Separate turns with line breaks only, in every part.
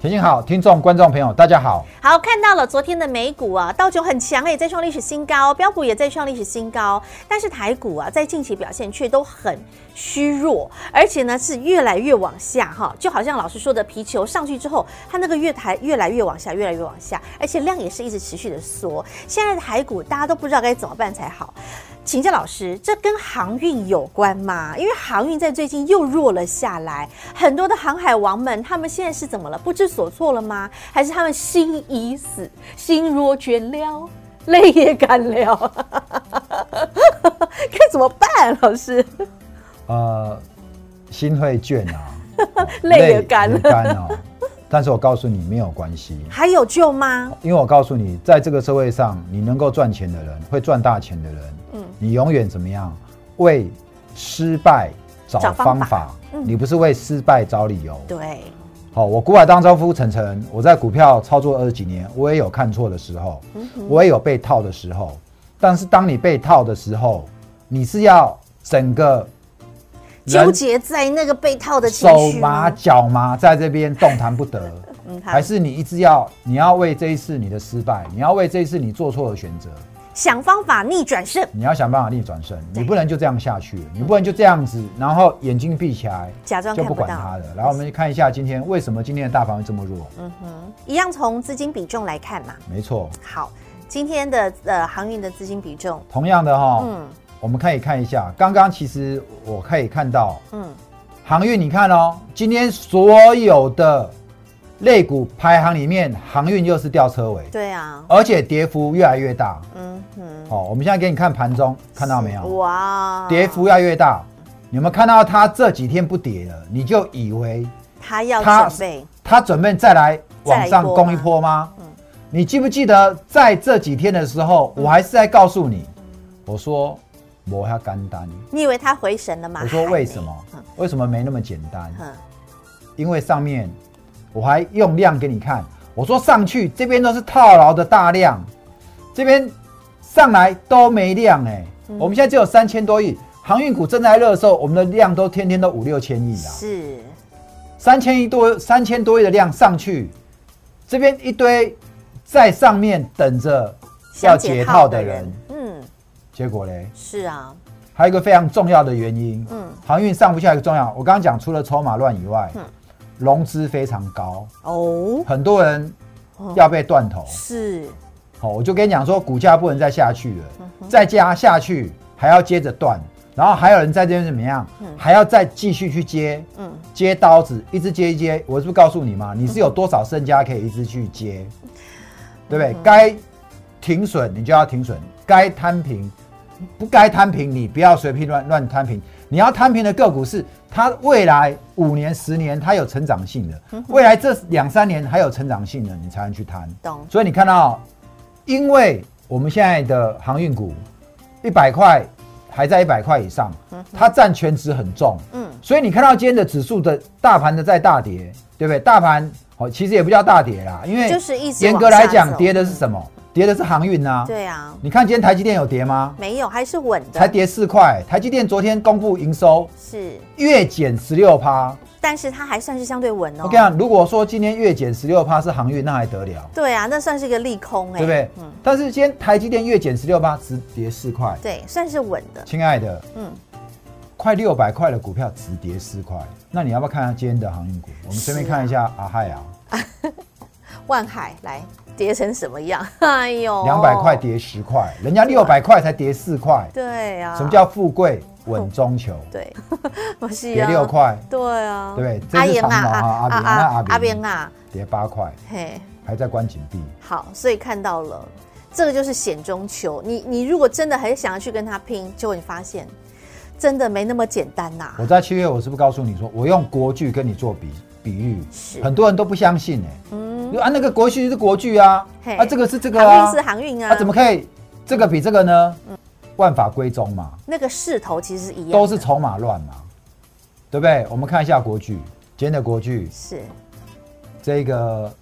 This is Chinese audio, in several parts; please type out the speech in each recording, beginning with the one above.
田径好，听众、观众朋友，大家好。
好，看到了昨天的美股啊，道琼很强哎，在创历史新高，标普也在创历史新高，但是台股啊，在近期表现却都很虚弱，而且呢是越来越往下哈，就好像老师说的皮球上去之后，它那个月台越来越往下，越来越往下，而且量也是一直持续的缩。现在的台股大家都不知道该怎么办才好。请教老师，这跟航运有关吗？因为航运在最近又弱了下来，很多的航海王们，他们现在是怎么了？不知所措了吗？还是他们心已死，心若倦了，泪也干了， 该怎么办？老师，
呃，心会倦 啊，哦
泪也干了
泪干哦。但是我告诉你，没有关系，
还有救吗？
因为我告诉你，在这个社会上，你能够赚钱的人，会赚大钱的人，
嗯
你永远怎么样？为失败找
找
方
方
法，
法嗯
你不是为失败找理由。
对，
好、我股海当招夫晨晨，我在股票操作二十几年，我也有看错的时候，
嗯
我也有被套的时候。但是当你被套的时候，你是要整个人
纠结在那个被套的情
手
绪
麻
吗？
脚麻，在这边动弹不得，
嗯， 好
还，是你一直要你要为这一次你的失败，你要为这一次你做错的选择，
想方法逆转胜，
你要想办法逆转胜，
对
你不能就这样下去，你不能就这样子，然后眼睛闭起来
假装
就
看
不
不
管
到
它。了。然后我们看一下今天为什么今天的大盘会这么弱？
嗯一样从资金比重来看嘛。
没错，
好，今天的呃航运的资金比重，
同样的哈、
嗯
我们可以看一下，刚刚其实我可以看到
嗯，
航运，你看哦，今天所有的类股排行里面，航运又是掉车尾，
对啊，
而且跌幅越来越大。
嗯哼，
好、我们现在给你看盘中，看到没
是
有？
哇，
跌幅越来越大。你有没有看到它这几天不跌了？你就以为
他要
它
准备，
它准备再来往上
再来一波吗嗯
攻一波吗？你记不记得在这几天的时候，我还是在告诉你，我说我要干单。
你以为他回神了吗？
我说为什么
还没？
为什么没那么简单？
嗯，
因为上面我还用量给你看，我说上去这边都是套牢的大量，这边上来都没量哎、我们现在只有三千多亿，航运股正在热的时候，我们的量都天天都五六千亿啊，
是，
三千亿多三千多亿的量上去，这边一堆在上面等着要
想
解套的人，，
嗯，
结果嘞，
是啊，
还有一个非常重要的原因，
嗯
航运上不下一个重要，我刚刚讲除了筹码乱以外，融资非常高，
哦，
很多人
哦
要被断头。
是，
好、我就跟你讲说，股价不能再下去了，
嗯
再加下去还要接着断，然后还有人在这边怎么样，还要再继续去接，
嗯，
接刀子，一直接一接。我是不是告诉你嘛？你是有多少身家可以一直去接，对不
嗯
对？该停损你就要停损，该摊平。不该摊平，你不要随便乱乱摊平。你要摊平的个股是它未来五年、十年它有成长性的，未来这两三年还有成长性的，你才能去摊。
嗯懂，
所以你看到，因为我们现在的航运股一百块还在一百块以上，它占全值很重，
嗯，
所以你看到今天的指数的大盘的在大跌，对不对？大盘哦，其实也不叫大跌啦，因为
就是一直
严格
往
来
下
讲
走，
跌的是什么？跌的是航运呐。
对啊，
你看今天台积电有跌吗？
没有，还是稳的，
才跌四块，台积电昨天公布营收
是，
月减十六趴。
但是它还算是相对稳哦。
我跟你讲，如果说今天月减十六趴是航运，那还得了？
对啊，那算是个利空哎，
对不对？
嗯，
但是今天台积电月减十六八，直跌四块。
对，算是稳的，
亲爱的，
嗯，
快六百块的股票直跌四块，那你要不要看一下今天的航运股？我们随便看一下阿海啊，
万海来跌成什么样？ 哎呦，
两百块，跌十块，人家六百块才跌四块，
对啊，
什么叫富贵稳中求？
对？ 我是
跌
啊
六，块，
对啊，
对不对
阿
这是
燕啊，
长毛啊
阿
阿扁
阿
那阿扁
阿扁啊，
跌八块，
嘿，
还在关紧闭。
好，所以看到了，这个就是险中求。你你如果真的很想要去跟他拼，结果你发现真的没那么简单呐、
我在七月，我是不是告诉你说，我用国剧跟你做比比喻
是，嗯
很多人都不相信哎、欸，啊那个国剧是国剧啊
嘿，
啊这个是这个
航
啊
运是，航运啊，
啊怎么可以这个比这个呢，万法归宗嘛，
那个势头其实是一样的，
都是筹码乱嘛，对不对？我们看一下国剧，今天的国剧
是，
这个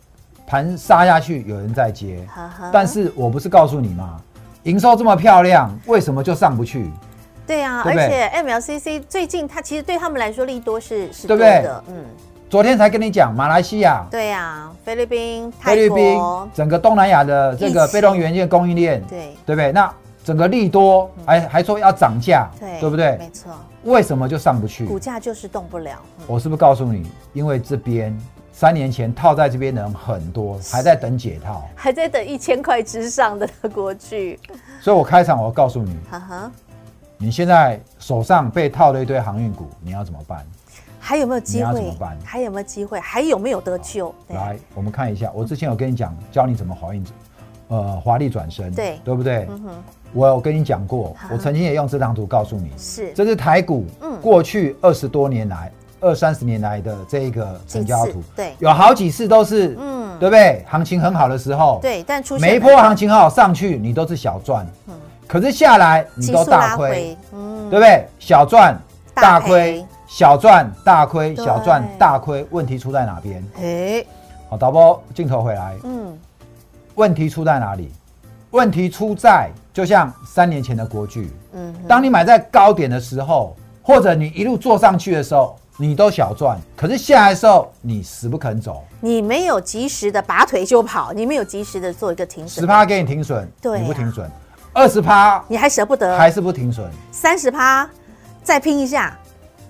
盘杀下去，有人在接，
呵呵
但是我不是告诉你吗？营收这么漂亮，为什么就上不去？
对啊，
对不对
而且 MLCC 最近它其实对他们来说利多是是多
对不对
的，嗯，
昨天才跟你讲，马来西亚、
对啊，菲律宾、
菲律
泰
宾
国，
整个东南亚的这
疫
个
情
被动元件供应链，
对嗯
对不对？那整个利多还还说要涨价，
对，
不对？
没错，
为什么就上不去？
股价就是动不了，嗯
我是不是告诉你？因为这边三年前套在这边的人很多，还在等解 套，
还在等一千块之上的国剧，
所以我开场我告诉你，
哈哈，
你现在手上被套了一堆航运股，你要怎么办？
还有没有
你
机
要怎
会
么办？
还有没有机会？还有没有得救？对
来，我们看一下，我之前有跟你讲，教你怎么华运，呃，华丽转身，
对
对不对？
嗯哼，
我有跟你讲过
好，
我曾经也用这张图告诉你，
是
这是台股
嗯
过去二十多年来、二三十年来的这一个成交
几
图
次，对
有好几次都是，
嗯
嗯，对不对？行情很好的时候，，
对，但出现
每一波行情好上去，你都是小赚，可是下来你
急
都
速
大
嗯拉
亏
回，，嗯，
对不对？小赚
大
大
赔
亏，小赚大亏，
对
小赚大亏，问题出在哪边？
哎，
好，导播镜头回来，
嗯，
问题出在哪里？问题出在就像三年前的国剧，
嗯哼
当你买在高点的时候，或者你一路做上去的时候，你都小赚，可是下来的时候你死不肯走，
你没有及时的拔腿就跑，你没有及时的做一个停损
十，趴给你停损，
对啊
你不停损，二十趴
你还舍不得，
还是不停损，
三十趴再拼一下，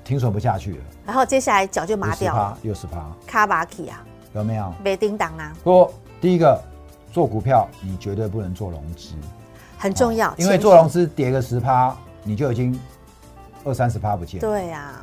停损不下去了，
然后接下来脚就麻
五十
掉
趴
了，
六十趴，
卡巴奇啊，
有没有？
没叮当啊，
不过第一个做股票，你绝对不能做融资，
很重要，
哦因为
前提
做融资跌个十趴，你就已经二三十趴不见了。
对啊，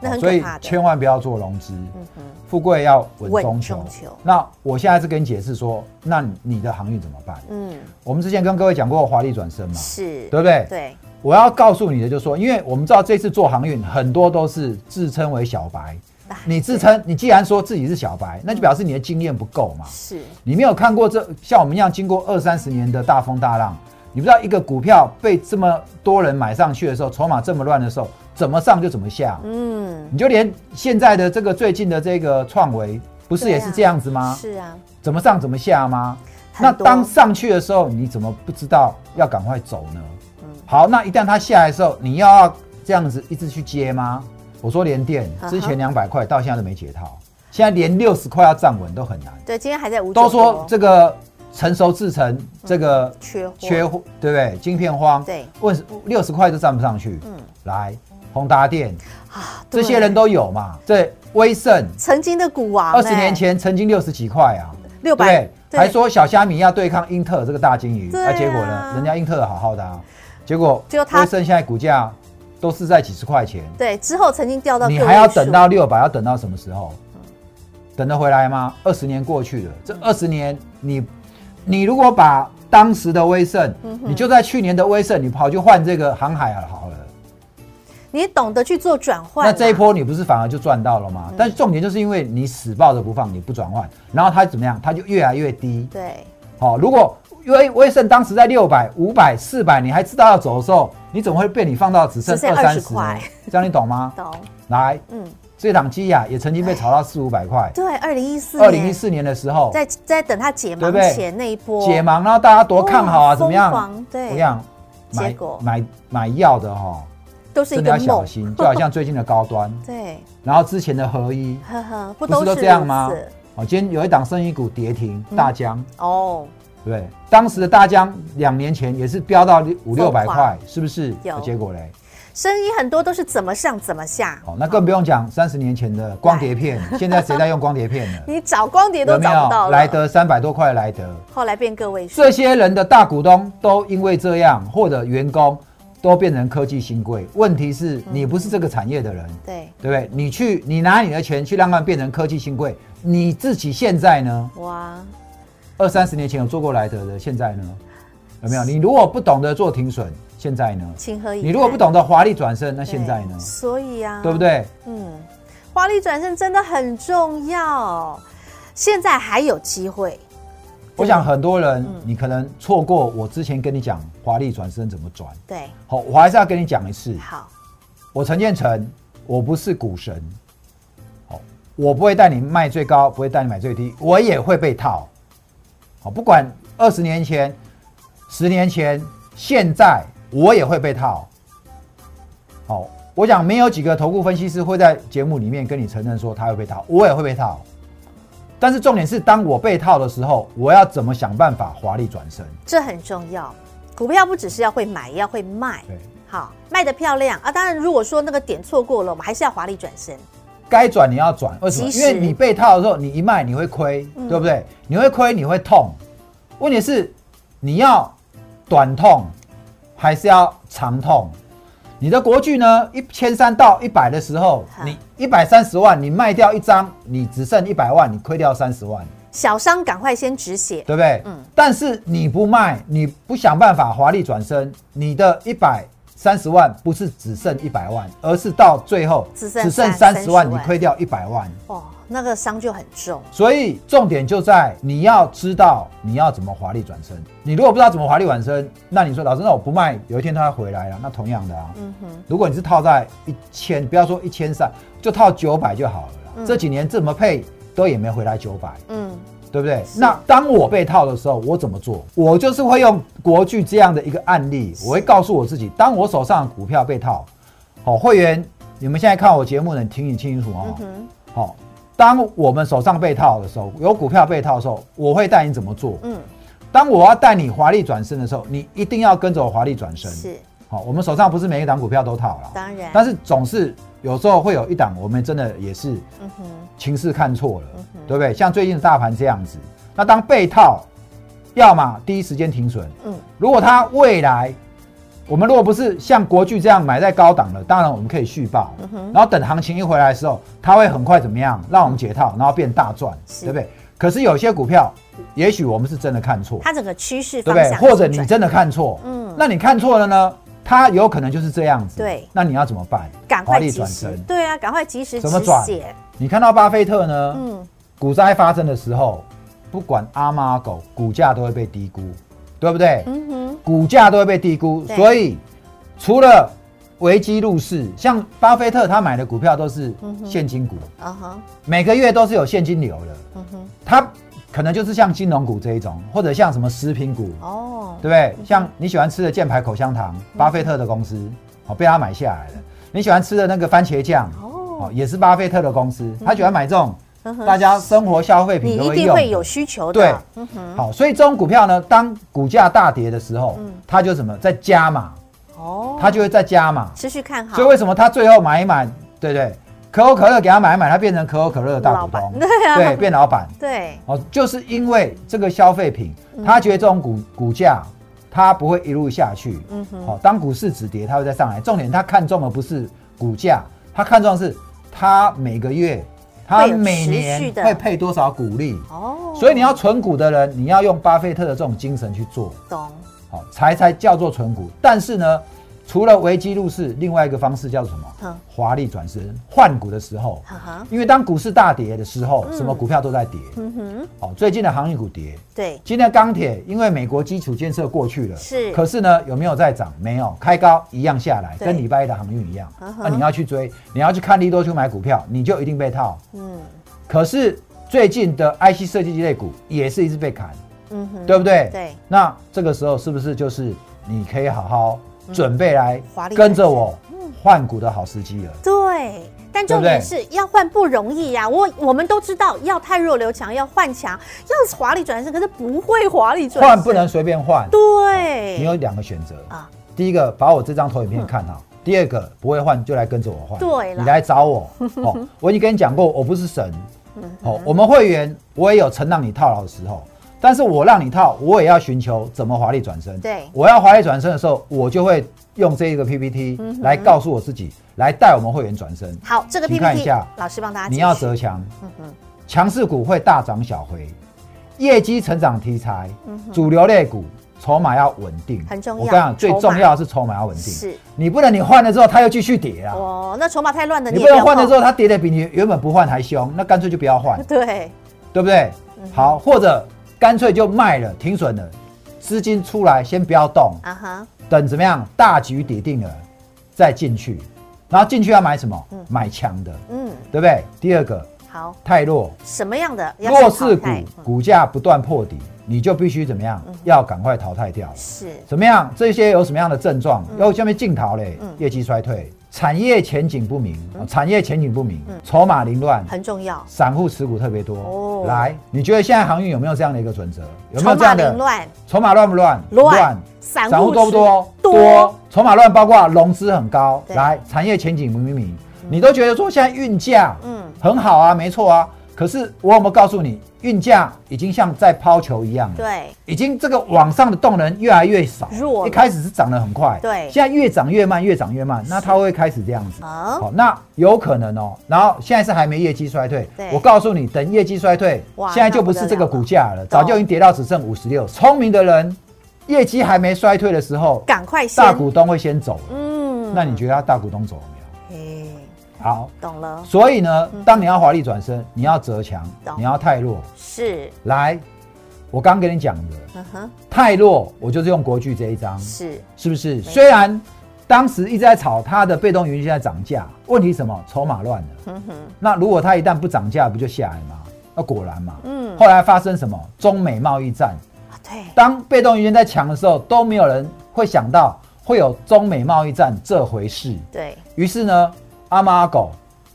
那很
哦所
可
以
怕的，
千万不要做融资，
嗯哼，
富贵要稳
稳
中
中
求。
求
那我现在是跟你解释说，那你你的航运怎么办？
嗯，
我们之前跟各位讲过华丽转身嘛，
是，
对不对？
对，
我要告诉你的就是说，因为我们知道这次做航运很多都是自称为小白，
哎
你自称你既然说自己是小白，那就表示你的经验不够嘛。
是
你没有看过这像我们一样经过二三十年的大风大浪，你不知道一个股票被这么多人买上去的时候，筹码这么乱的时候，怎么上就怎么下。
嗯，
你就连现在的这个最近的这个创维，不是也是这样子吗？
是啊，
怎么上怎么下吗？
很
那
多
当上去的时候，你怎么不知道要赶快走呢？
嗯
好，那一旦它下来的时候，你要这样子一直去接吗？我说连电
啊哈
之前两百块到现在都没解套，现在连六十块要站稳都很难。
对，今天还在五九
都说
多
这个成熟制成这个
缺货
缺货，对不对？晶片荒，
嗯对
问六十块都站不上去。嗯，来宏达电，
啊，
这
对
些人都有嘛？这威盛
曾经的股王，哎
二十年前曾经六十几块啊，
六百
对，还说小虾米要对抗英特尔这个大金鱼，
对啊
结果呢，人家英特尔好好的啊，结果
结果他
威盛现在股价都是在几十块钱，
对之后曾经掉到
你
个
还要
位数
等到六百，要等到什么时候？等得回来吗？二十年过去了，
嗯
这二十年你你如果把当时的威盛，
嗯
你就在去年的威盛，你跑去换这个航海啊好了。
你懂得去做转换啊，嗯
那这一波你不是反而就赚到了吗？但是重点就是因为你死抱着不放，你不转换，然后它怎么样？它就越来越低。
对
好、哦如果威威盛当时在六百、五百、四百，你还知道要走的时候，你怎么会被你放到只剩
只剩
二三
20
十
块
呢？ 这样你懂吗？
懂，
来，
嗯，
这档基亚也曾经被炒到四五百块，
对，二零一哦四
二零一四年的时候
在在等他解
对
盲
不对
前那一波
解盲，然后大家多看好
哇
啊，怎么样
哦疯狂？对
我跟你讲，
结
买
果
买买药的哈、
都是一
真的
个
要小
梦，
心， 就好像最近的高端，
对，
然后之前的合一。
呵呵，不
不
都
是
是
都
如
这样吗
此？
哦，今天有一档生意股跌停，
嗯
大疆，
哦，
对不对，当时的大疆两年前也是飙到六五六百
疯
块
狂，
是不是？
有
结果嘞，
生意很多都是怎么上怎么下，
哦，那更不用讲三十年前的光碟 片，现在谁在用光碟片呢？
你找光碟都
有没
找不到了。
有莱德三百多块莱德？
后来变个位数，
这些人的大股东都因为这样，或者员工都变成科技新贵。问题是
嗯
你不是这个产业的人，
对，
对不对？你去，你拿你的钱去让他们变成科技新贵，你自己现在呢？
哇，
二三十年前有做过莱德的，现在呢？有没有？你如果不懂得做停损，现在呢？
情何以堪？
你如果不懂得华丽转身，那
对，
现在呢？
所以啊，
对不？对？
嗯，华丽转身真的很重要，现在还有机会，
我想很多人你可能错过我之前跟你讲华丽转身怎么转，
对，
好，我还是要跟你讲一次，
好，
我陈建成，我不是股神，好，我不会带你卖最高，不会带你买最低，我也会被套，好，不管二十年前、十年前，现在我也会被套。好，我想没有几个投顾分析师会在节目里面跟你承认说他会被套，我也会被套。但是重点是，当我被套的时候，我要怎么想办法华丽转身？
这很重要。股票不只是要会买，也要会卖。
对，
好，卖得漂亮啊！当然，如果说那个点错过了，我们还是要华丽转身。
该转你要转，为什么？
及
因
时
为你被套的时候，你一卖你会亏，
嗯
对不对？你会亏，你会痛。问题是你要短痛还是要长痛？你的国剧呢，一千三到一百的时候，
好
你一百三十万，你卖掉一张，你只剩一百万，你亏掉三十万，
小伤赶快先止血。
对不对？
嗯
但是你不卖，你不想办法华丽转身，你的一百三十万不是只剩一百万，而是到最后
只剩
三十万，
30
你
万
亏掉一百万。
哦，那个伤就很重。
所以重点就在你要知道你要怎么华丽转身。你如果不知道怎么华丽转身，那你说老师，那我不卖，有一天它回来了，那同样的啊，
嗯哼，
如果你是套在一千，不要说一千三，就套九百就好了啦。
嗯
这几年怎么配都也没回来九百，
嗯，
对不对？
是
那当我被套的时候，我怎么做？我就是会用国巨这样的一个案例，我会告诉我自己，当我手上的股票被套，好、会员，你们现在看我节目能听你清楚哦。
嗯哼，
好、当我们手上被套的时候，有股票被套的时候，我会带你怎么做？
嗯，
当我要带你华丽转身的时候，你一定要跟着我华丽转身。
是，
好、我们手上不是每一档股票都套了，
当然。
但是总是有时候会有一档，我们真的也是
嗯哼，
情势看错了，
嗯哼
对不对？像最近的大盘这样子，那当被套，要么第一时间停损，
嗯，
如果它未来，我们如果不是像国巨这样买在高档的，当然我们可以续报，
嗯哼
然后等行情一回来的时候，它会很快怎么样，让我们解套，然后变大赚，
是
对不对？可是有些股票，也许我们是真的看错，
它整个趋势
对不
方
对？
向，
或者你真的看错，
嗯
嗯，那你看错了呢？它有可能就是这样子，
对
那你要怎么办？
赶
华
快
丽
及
转
时
身，。
对啊，赶快及时止
怎么转
血。
你看到巴菲特呢，
嗯，
股灾发生的时候，不管阿猫阿狗，股价都会被低估，对不对？
嗯哼，
股价都会被低估，
对
所以除了危机入市，像巴菲特他买的股票都是
嗯哼
现金股，
啊哈，
每个月都是有现金流的。
嗯哼，
他可能就是像金融股这一种，或者像什么食品股，
哦嗯
对，不对？像你喜欢吃的箭牌口香糖，巴菲特的公司，哦，被他买下来了。你喜欢吃的那个番茄酱，
哦
哦，，也是巴菲特的公司，他喜欢买这种
嗯哼
大家生活消费
你
品都
一
会
定
用
会
的。
有需求的。
对
嗯哼，
好，所以这种股票呢，当股价大跌的时候
嗯，
它就什么在加码，
哦，
它就会再加码。
持续看好。
所以为什么他最后买一买，对不对？可口可乐给他买一买，他变成可口可乐的大股
老
东
板， 对啊
对，变老板。
对，
哦，就是因为这个消费品，
嗯
他觉得这种股股价，它不会一路下去。
嗯
嗯
哼
哼。好，当股市止跌，它会再上来。重点他看中的不是股价，他看中的是他每个月，他
会有
每
持
年
续的
会配多少股利。
哦，
所以你要存股的人，你要用巴菲特的这种精神去做。
懂，
好、才才叫做存股。但是呢，除了危机入市，另外一个方式叫做什
嗯
么？华丽转身，换股的时候。
哈哈，
因为当股市大跌的时候，
嗯
什么股票都在跌。
嗯哼，
好、最近的航运股跌，
对，
今天的钢铁因为美国基础建设过去了，
是
可是呢，有没有在涨？没有，开高一样下来，
对
跟礼拜一的航运一样。那、
嗯哼
你要去追，你要去看利多去买股票，你就一定被套。
嗯
可是最近的 IC 设计类股也是一直被砍。
嗯哼，
对不对？
对。
那这个时候是不是就是你可以好好准备来
嗯华丽嗯
跟着我换股的好时机了？
对，但
对
重
不
点
对
是要换不容易呀、我我们都知道要太弱留强，要换强，要华丽转身，可是不会华丽转身，
换不能随便换，
对，
你有两个选择
啊嗯
第一个，把我这张投影片看好；第二个，不会换就来跟着我换。
对啦
你来 找我。哦，我已经跟你讲过，我不是神。
嗯
哦，我们会员我也有曾让你套牢的时候，但是我让你套，我也要寻求怎么华丽转身。
对
我要华丽转身的时候，我就会用这一个 PPT
嗯
来告诉我自己，来带我们会员转身。
好，这个
请看一
PPT
下
老师帮大家解释，
你要择强，
嗯哼，
强势股会大涨小回，业绩成长题材
嗯哼，
主流类股筹码要稳定，
很重要
我跟你讲，最
筹码
重要的是筹码要稳定，
是
你不能你换了之后它又继续跌啊，
哦，那筹码太乱了，
你不
也
能换了
碰，
之后它跌的比你原本不换还凶，那干脆就不要换
对，
对不对？好，或者干脆就卖了，停损了，资金出来先不要动，
啊哈，
等怎么样大局底定了再进去，然后进去要买什么？买强的，
嗯，
对不对？第二个
好，
太弱，
什么样的要
弱
先淘
势股
汰嗯
股价不断破底，你就必须怎么样？要赶快淘汰掉。
嗯是
怎么样？这些有什么样的症状？
嗯
要下面镜头嘞，业绩衰退，产业前景不明，啊产业前景不明，筹码凌乱，
嗯很重要，
散户持股特别多。
哦
来，你觉得现在航运有没有这样的一个准则？有没
筹
有这
码
样
凌
的？
乱，
筹码乱不乱？
乱散户
散户多不多？
多
筹码乱，包括融资很高。
对
来，产业前景不明明，你都觉得说现在运价，
嗯
嗯，很好啊，没错啊。可是我有没有告诉你，运价已经像在抛球一样了？
对，
已经这个往上的动能越来越少，
弱了
一开始是涨得很快，
对
现在越涨越慢，越涨越慢，那它会开始这样子。
啊
好，那有可能哦。然后现在是还没业绩衰退
对，
我告诉你，等业绩衰退
哇，
现在就不是这个股价了，早就已经跌到只剩五十六。聪明的人，业绩还没衰退的时候，
赶快先，
大股东会先走了。
嗯
那你觉得他大股东走了没有？
哎，
好，
懂了，
所以呢，当你要华丽转身，你要折强
嗯懂，
你要太弱。
是，
来，我刚跟你讲的，
嗯哼，
太弱，我就是用国巨这一张，
是
是不是？虽然当时一直在炒它的被动元件在涨价，问题是什么？筹码乱了。
嗯
那如果它一旦不涨价，不就下来吗？那果然嘛。
嗯
后来发生什么？中美贸易战。
啊，对，
当被动元件在强的时候，都没有人会想到会有中美贸易战这回事。
对，
于是呢，阿猫阿狗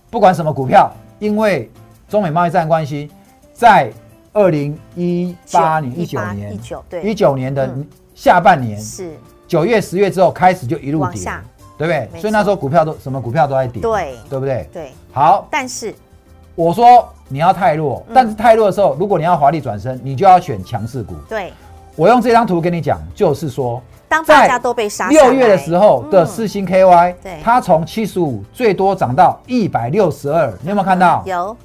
不管什么股票，因为中美贸易战关系，在二零一八年、一九
18
年、
19对
一九年的
嗯
下半年，
是，
九、月、十月之后开始就一路
往
跌
下，
对不
没错
对？所以那时候股票都什么股票都在跌，
对
对不对？
对，
好，
但是
我说你要太弱，但是太弱的时候，如果你要华丽转身，你就要选强势股。
对，
我用这张图跟你讲，就是说
当大
在
家都被杀下
六月的
来
时候的
嗯
四星 KY，、
对
它从七十五最多涨到一百六十二，你有没有看到？
嗯有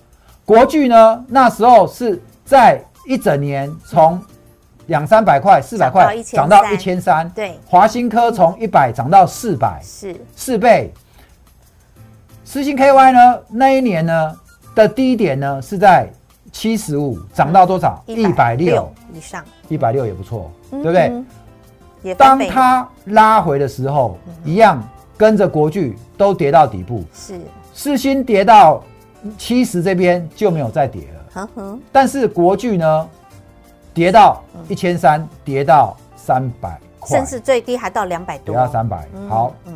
国巨呢，那时候是在一整年从两三百块、四百块
涨
涨
到
到
1300
一千三，
对
华新科从一百涨到四百，
是
四倍。四星 KY 呢，那一年呢的低点呢是在七十五，涨到多少？一百六，
以上，
一百六也不错，
嗯
对不对？
嗯也翻
当
倍
它拉回的时候，
嗯
一样跟着国巨都跌到底部，
是，
四星跌到七十这边就没有再跌了。
哼嗯哼，
但是国巨呢，跌到一千三，跌到三百
嗯
块，
甚至最低还到两百
跌
多，
到三百、
嗯
好，
嗯，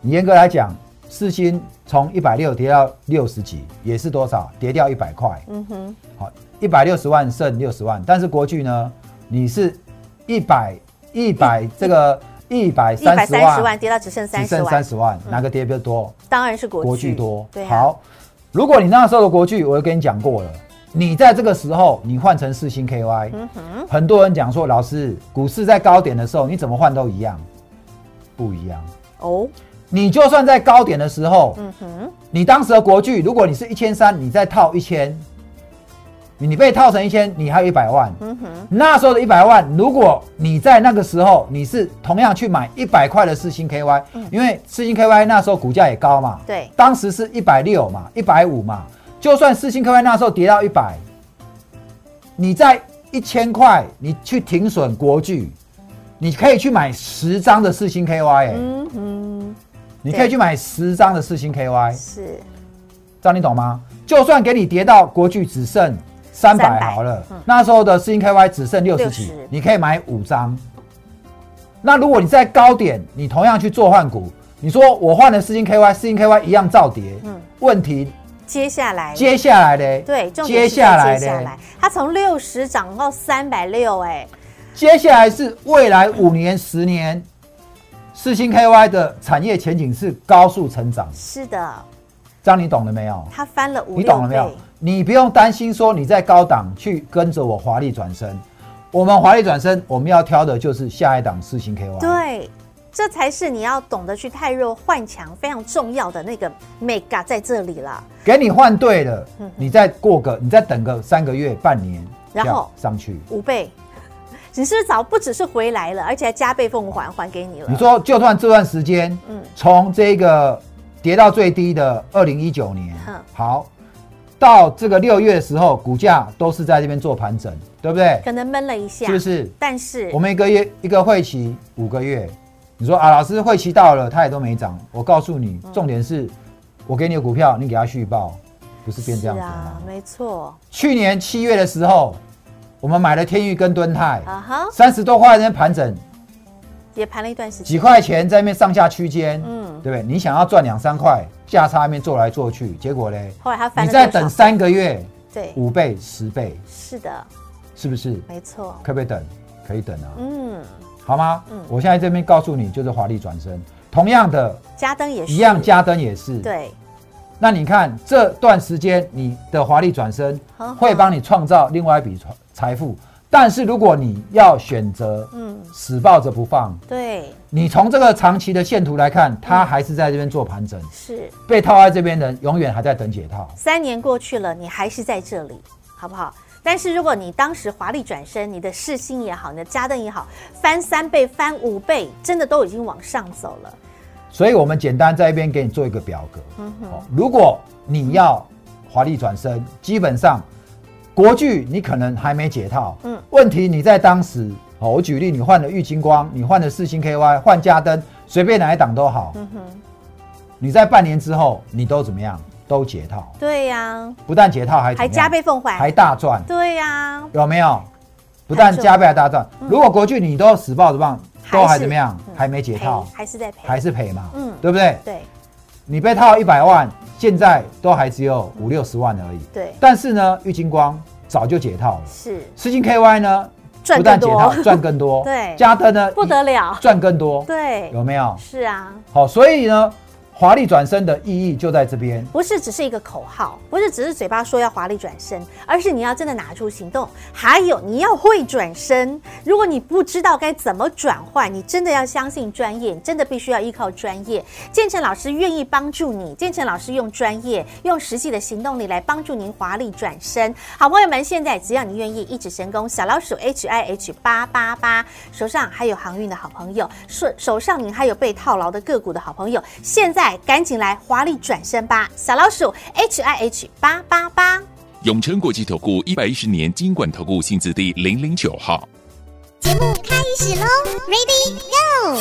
你严格来讲，四星从一百六跌到六十几，也是多少？跌掉一百块。
嗯哼，
好，一百六十万剩六十万，但是国巨呢，你是一百一百这个一百
一百
三十
三十
万
万，跌到只剩
只
三十
剩三
万，
十万，哪个跌比较多？
当然是国
国
巨
巨多。
对啊，
好，如果你那时候的国巨，我就跟你讲过了，你在这个时候你换成四星 KY，、
嗯哼，
很多人讲说，老师，股市在高点的时候，你怎么换都一样，不一样。
哦，
你就算在高点的时候，
嗯哼，
你当时的国巨，如果你是一千三，你再套一千，你被套成一千，你还有一百万。
嗯哼，
那时候的一百万，如果你在那个时候你是同样去买一百块的四星 KY，、因为四星 KY 那时候股价也高嘛，
嗯对
当时是一百六嘛，一百五嘛，就算四星 KY 那时候跌到一百，你在一千块你去停损国巨，你可以去买十张的四星 KY，、哎，
嗯哼，
你可以去买十张的四星 KY，
是
这样你懂吗？就算给你跌到国巨只剩三百
300
好了，那时候的四星 KY 只剩六十几
60，
你可以买五张。那如果你在高点，你同样去做换股，你说我换了四星 KY，四星 KY 一样照跌，
嗯
问题
接下来
接下来嘞，
对，重点
接
是
下来
接下
嘞
来，，它从六十涨到三百六，哎，
接下来是未来五年、十年，四星 KY 的产业前景是高速成长，
是的，
这样你懂了没有？
它翻了五
你
六
懂了没有
倍，？
你不用担心说你在高档去跟着我华丽转身。我们华丽转身，我们要挑的就是下一档四星 KY。，
对，这才是你要懂得去太弱换强非常重要的那个 mega 在这里了。
给你换对了，你再过个，你再等个三个月、半年，
嗯然后
这样上去。
五倍，只是早不只是回来了，而且还加倍奉还还给你了。
你说，就算这段时间，
啊嗯嗯
从这个跌到最低的二零一九年
哼，
好，到这个六月的时候，股价都是在这边做盘整，对不对？
可能闷了一下，
是不是？
但是
我们一个月一个会期五个月，你说啊，老师会期到了，它也都没涨。我告诉你，
嗯
重点是，我给你的股票，你给它续报，不是变这样子
是
吗？
啊，没错，
去年七月的时候，我们买了天域跟敦泰，
啊哈，
三十多块钱盘整，
也盘了一段时间，
几块钱在那边上下区间，
嗯
嗯，对不对？你想要赚两三块，价差那边做来做去，结果嘞，
后来它翻
你
了多少，
再等三个月，
对，
五倍、十倍，
是的，
是不是？
没错，
可不可以等？可以等啊，
嗯，
好吗？
嗯
我现在这边告诉你，就是华丽转身。同样的，
加登也是
一样，加登也是。，
对，
那你看这段时间你的华丽转身
呵呵
会帮你创造另外一笔财财富，但是如果你要选择
嗯，
死抱着不放，
对，
你从这个长期的线图来看，它还是在这边做盘整，
是
被套在这边的人永远还在等解套。
三年过去了，你还是在这里，好不好？但是如果你当时华丽转身，你的世新也好，你的嘉登也好，翻三倍、翻五倍，真的都已经往上走了。
所以我们简单在一边给你做一个表格。
嗯哼，
哦如果你要华丽转身，基本上国剧你可能还没解套，
嗯
嗯，问题你在当时，哦，我举例，你换了玉金光，你换了四星 KY，换嘉登，随便哪一档都好，
嗯哼，
你在半年之后你都怎么样？都解套，
对呀、
不但解套还怎么
还
样
加倍奉
还
还，
大赚，
对呀、
有没有？不但加倍还大赚，如果国剧你都死抱着棒，都还怎么样？
嗯
还没解
赔
套，
还是在赔，
还是赔嘛，
嗯
对不对？
对
你被套一百万，现在都还只有五六十万而已。
对
但是呢，玉金光早就解套了，
是
世金 KY 呢
赚
不但解
更
套
多
赚更 多，
对
嘉登呢
不得了，
赚更多，
对，
有没有？
是啊，
好，所以呢，华丽转身的意义就在这边。
不是只是一个口号，不是只是嘴巴说要华丽转身，而是你要真的拿出行动。还有你要会转身，如果你不知道该怎么转换，你真的要相信专业，你真的必须要依靠专业。建成老师愿意帮助你，建成老师用专业、用实际的行动力来帮助您华丽转身。好朋友们，现在只要你愿意一指神功，小老鼠 H I H 八八八，手上还有航运的好朋友，手手上您还有被套牢的个股的好朋友，现在赶紧来华丽转身吧！小老鼠 H I H 八八八。
永诚国际投顾一百一十年金管投顾性质第零零九号。
节目开始喽，Ready Go！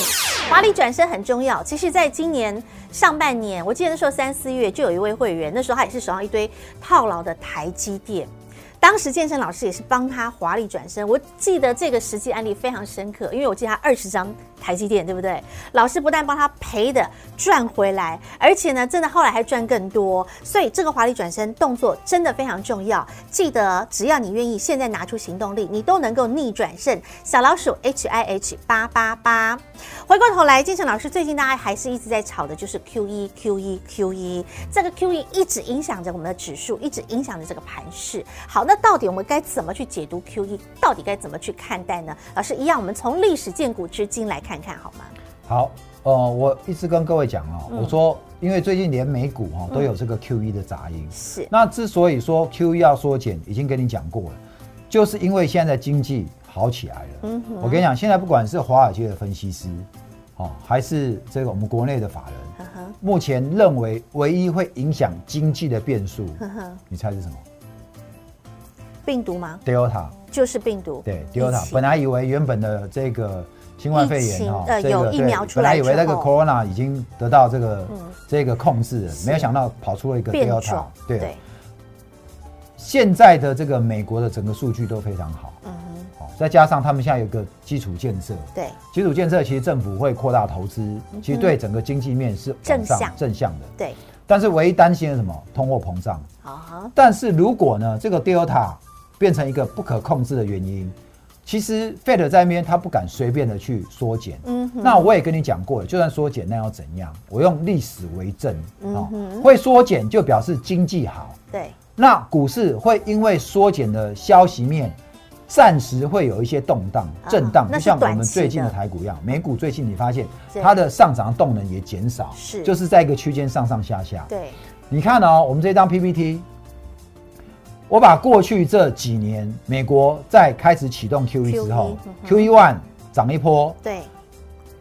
华丽转身很重要。其实，在今年上半年，我记得那时候三四月就有一位会员，那时候他也是手上一堆套牢的台积电。当时健身老师也是帮他华丽转身，我记得这个呃实际案例非常深刻，因为我记得他二十张台积电，对不对？老师不但帮他赔的赚回来，而且呢，真的后来还赚更多。所以这个华丽转身动作真的非常重要。记得，只要你愿意，现在拿出行动力，你都能够逆转胜。小老鼠 H I H 八八八。回过头来，金城老师最近大家还是一直在吵的就是 Q 一 Q 一 Q 一，这个 Q E 一一直影响着我们的指数，一直影响着这个盘势。好，那到底我们该怎么去解读 Q 一？到底该怎么去看待呢？老师一样，我们从历史见古至今来看看好吗？
好，呃，我一直跟各位讲哦，
嗯
我说，因为最近连美股哈、都有这个 QE 的杂音，
是，
那之所以说 QE 要缩减，已经跟你讲过了，就是因为现在经济好起来了。
嗯哼
我跟你讲，现在不管是华尔街的分析师，哦，还是这个我们国内的法人，
呵呵
目前认为唯一会影响经济的变数，
呵呵，
你猜是什么
病毒吗？
？Delta，
就是病毒，
对
疫
，Delta。
情
本来以为原本的这个新冠肺
疫情
炎哈，
呃
这
有
个
疫
对
苗出
本来
来
以
之
为那个
后
Corona 已经得到这个
嗯
这个控制了，没有想到跑出了一个
变
Delta
种，。
对，，现在的这个美国的整个数据都非常好。
嗯哼，
哦，再加上他们现在有个基础建设，
对，
基础建设其实政府会扩大投资，其实对整个经济面是往
嗯正
上
向
正向的。
对，
但是唯一担心的是什么？通货膨胀。
啊哈，
但是如果呢，这个 Delta 变成一个不可控制的原因，其实 Fed 在那边他不敢随便的去缩减。
嗯哼，
那我也跟你讲过了，就算缩减，那要怎样？我用历史为证哦
嗯哼
会缩减就表示经济好，
对，
那股市会因为缩减的消息面，暂时会有一些动荡、
啊
震荡，
那
就是像我
短
们
期
最近的
的
台股一样，美股最近你发现
对
它的上涨动能也减少，
是
就是在一个区间上上下下。
对，
你看哦，我们这张 PPT，我把过去这几年美国在开始启动 QE 之后
QE
，QE one 涨一波，
对，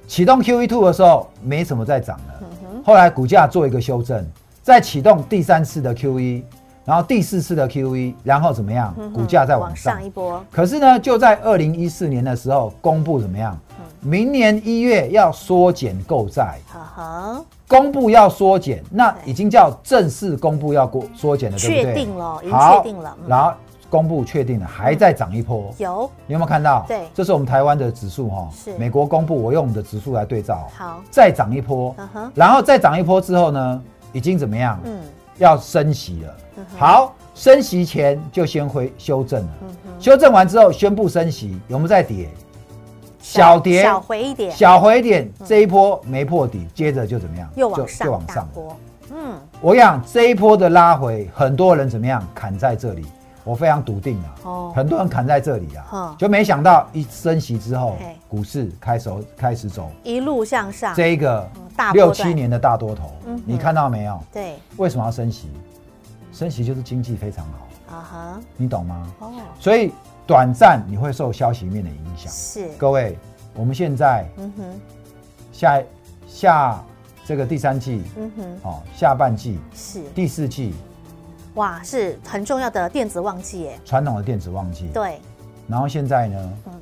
启动 QE two 的时候没
嗯
什么再涨了，后来股价做一个修正，再启动第三次的 QE，然后第四次的 QE，然后怎么样？股价再
嗯
往
往
上
上。一波，
可是呢，就在二零一四年的时候公布怎么样？
嗯
明年一月要缩减购债，
呵呵，
公布要缩减，那
对
已经叫正式公布要过缩减了，对不对？
确定了已经
好
确定了嗯嗯
然后公布确定了，还在涨一波。
有
你有没有看到？
对
这是我们台湾的指数哈、
是
美国公布，我用我们的指数来对照。
好
再涨一波
嗯哼
然后再涨一波之后呢，已经怎么样？
嗯
要升息了。
嗯哼嗯
好，升息前就先回修正了，修正完之后宣布升息，有没有再跌？小跌，
小回一点，嗯
小回一点，这一波没破底，接着就怎么样？
又往
就
上，
就往上
大。波，嗯
我想这一波的拉回，很多人怎么样砍在这里？我非常笃定啊，
哦
很多人砍在这里
哼
啊，就没想到一升息之后
嘿，
股市开始开始走
一路向上，
这一个
大波
六
段
七年的大多头
嗯哼，
你看到没有？
对
为什么要升息？升息就是经济非常好，
啊哈
你懂吗？
哦
所以短暂你会受消息面的影响。
是，
各位，我们现在
嗯哼
下下这个第三季
嗯哼
哦，下半季、
是，
第四季
哇是很重要的电子旺季耶，
传统的电子旺季，，
对
然后现在呢
嗯，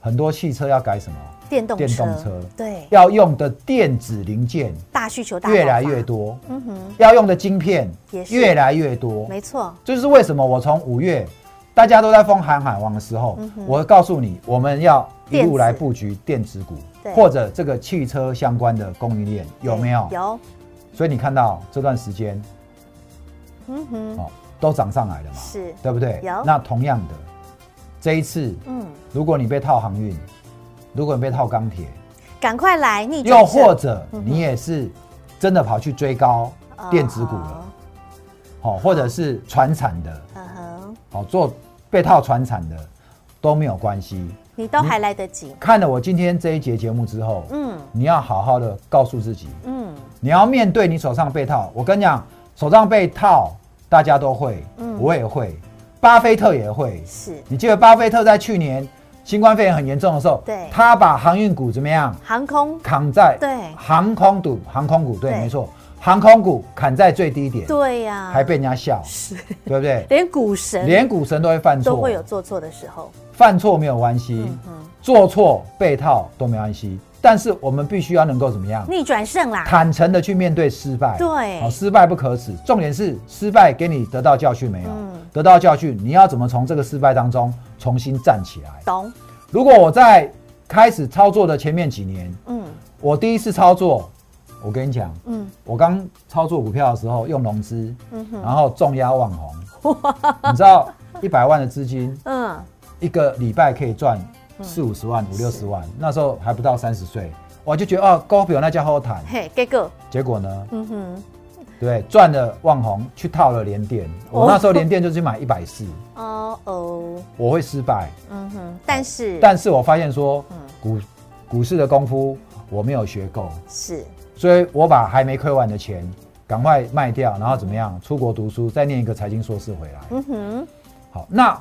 很多汽车要改什么？
电动车，
电动车
对
要用的电子零件
大需求大
越
爆
来
发
越，多，
嗯哼
要用的晶片
也是
越来越多，
没错，
这就是为什么我从五月大家都在封航海王的时
嗯
候，我告诉你，我们要一路来布局电子股
对，
或者这个汽车相关的供应链，有
对
没有？。
有，
所以你看到这段时间
嗯哼
哦，都涨上来了嘛，
是
对不对？
有
那同样的，这一次，
嗯，
如果你被套航运，如果你被套钢铁，
赶快来逆转
又
胜，
或者你也是真的跑去追高
嗯啊
电子股了，哦，或者是船产的，
嗯哼，
哦，做被套船产的都没有关系。
你都还来得及，
看了我今天这一节节目之后，
嗯
你要好好的告诉自己，
嗯
你要面对你手上被套。我跟你讲，手上被套大家都会，
嗯
我也会，巴菲特也会。
是
你记得巴菲特在去年新冠肺炎很严重的时候，
对
他把航运股怎么样
航空
扛在？
对
航空股，航空股对，
对
没错，航空股砍在最低点，
对呀、
还被人家笑，
是？
对不对
连股神
连股神都会犯错，
都会有做错的时候，
犯错没有关系，
嗯哼，
做错被套都没关系，但是我们必须要能够怎么样？
逆转胜啦，
坦诚的去面对失败，
啊对
好、失败不可耻。重点是失败给你得到教训没有？
嗯
得到教训，你要怎么从这个失败当中重新站起来？
懂，
如果我在开始操作的前面几年，
嗯
我第一次操作，我跟你讲，
嗯
我刚操作股票的时候用融资，
嗯哼
然后重压网 红，你知道一百万的资金
嗯，
一个礼拜可以赚四五十万、五六十万，那时候还不到三十岁，我就觉得哦，高票那叫好谈。
嘿，给个，
结果呢，
嗯哼，
对，赚了万红，去套了联电。我那时候联电就去买一百四，
哦哦，
我会失败，
嗯哼，但是
但是我发现说，
嗯
股股市的功夫我没有学够，
是
所以我把还没亏完的钱赶快卖掉，然后怎么样，出国读书，再念一个财经硕士回来。
嗯哼
好，那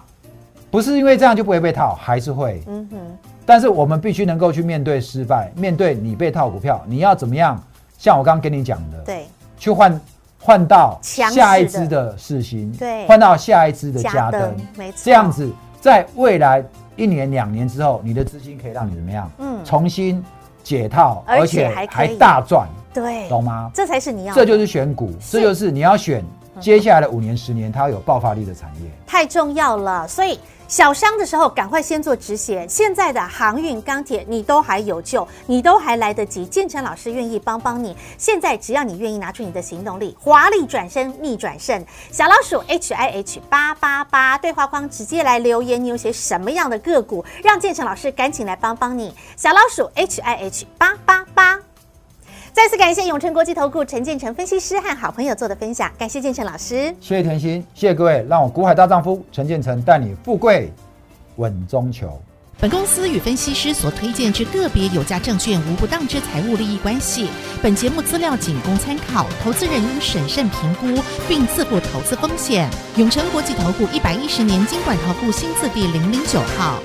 不是因为这样就不会被套，还是会。
嗯哼，
但是我们必须能够去面对失败，面对你被套股票，你要怎么样？像我刚刚跟你讲的，，
对，
去换换到
强势的
下一支的世新，
对
换到下一支的嘉
嘉
登
登，没错
这样子在未来一年两年之后，你的资金可以让你怎么样？
嗯
重新解套，
而且还可以
大赚，
对，
懂吗？
这才是你要的，
这就是选股，
是嗯
这就是你要选接下来的五年、十年，它有爆发力的产业。
太重要了，所以小伤的时候赶快先做止血。现在的航运、钢铁你都还有救，你都还来得及。建成老师愿意帮帮你。现在只要你愿意拿出你的行动力，华丽转身逆转胜。小老鼠 H I H 八八八对话框直接来留言，你有写什么样的个股，让建成老师赶紧来帮帮你。小老鼠 H I H 八八八。再次感谢永诚国际投顾陈建成分析师和好朋友做的分享，感谢建成老师。
谢谢甜心，谢谢各位，让我股海大丈夫陈建成带你富贵稳中求。
本公司与分析师所推荐之个别有价证券无不当之财务利益关系。本节目资料仅供参考，投资人应审慎评估并自负投资风险。永诚国际投顾一百一十年经管投顾新字第零零九号。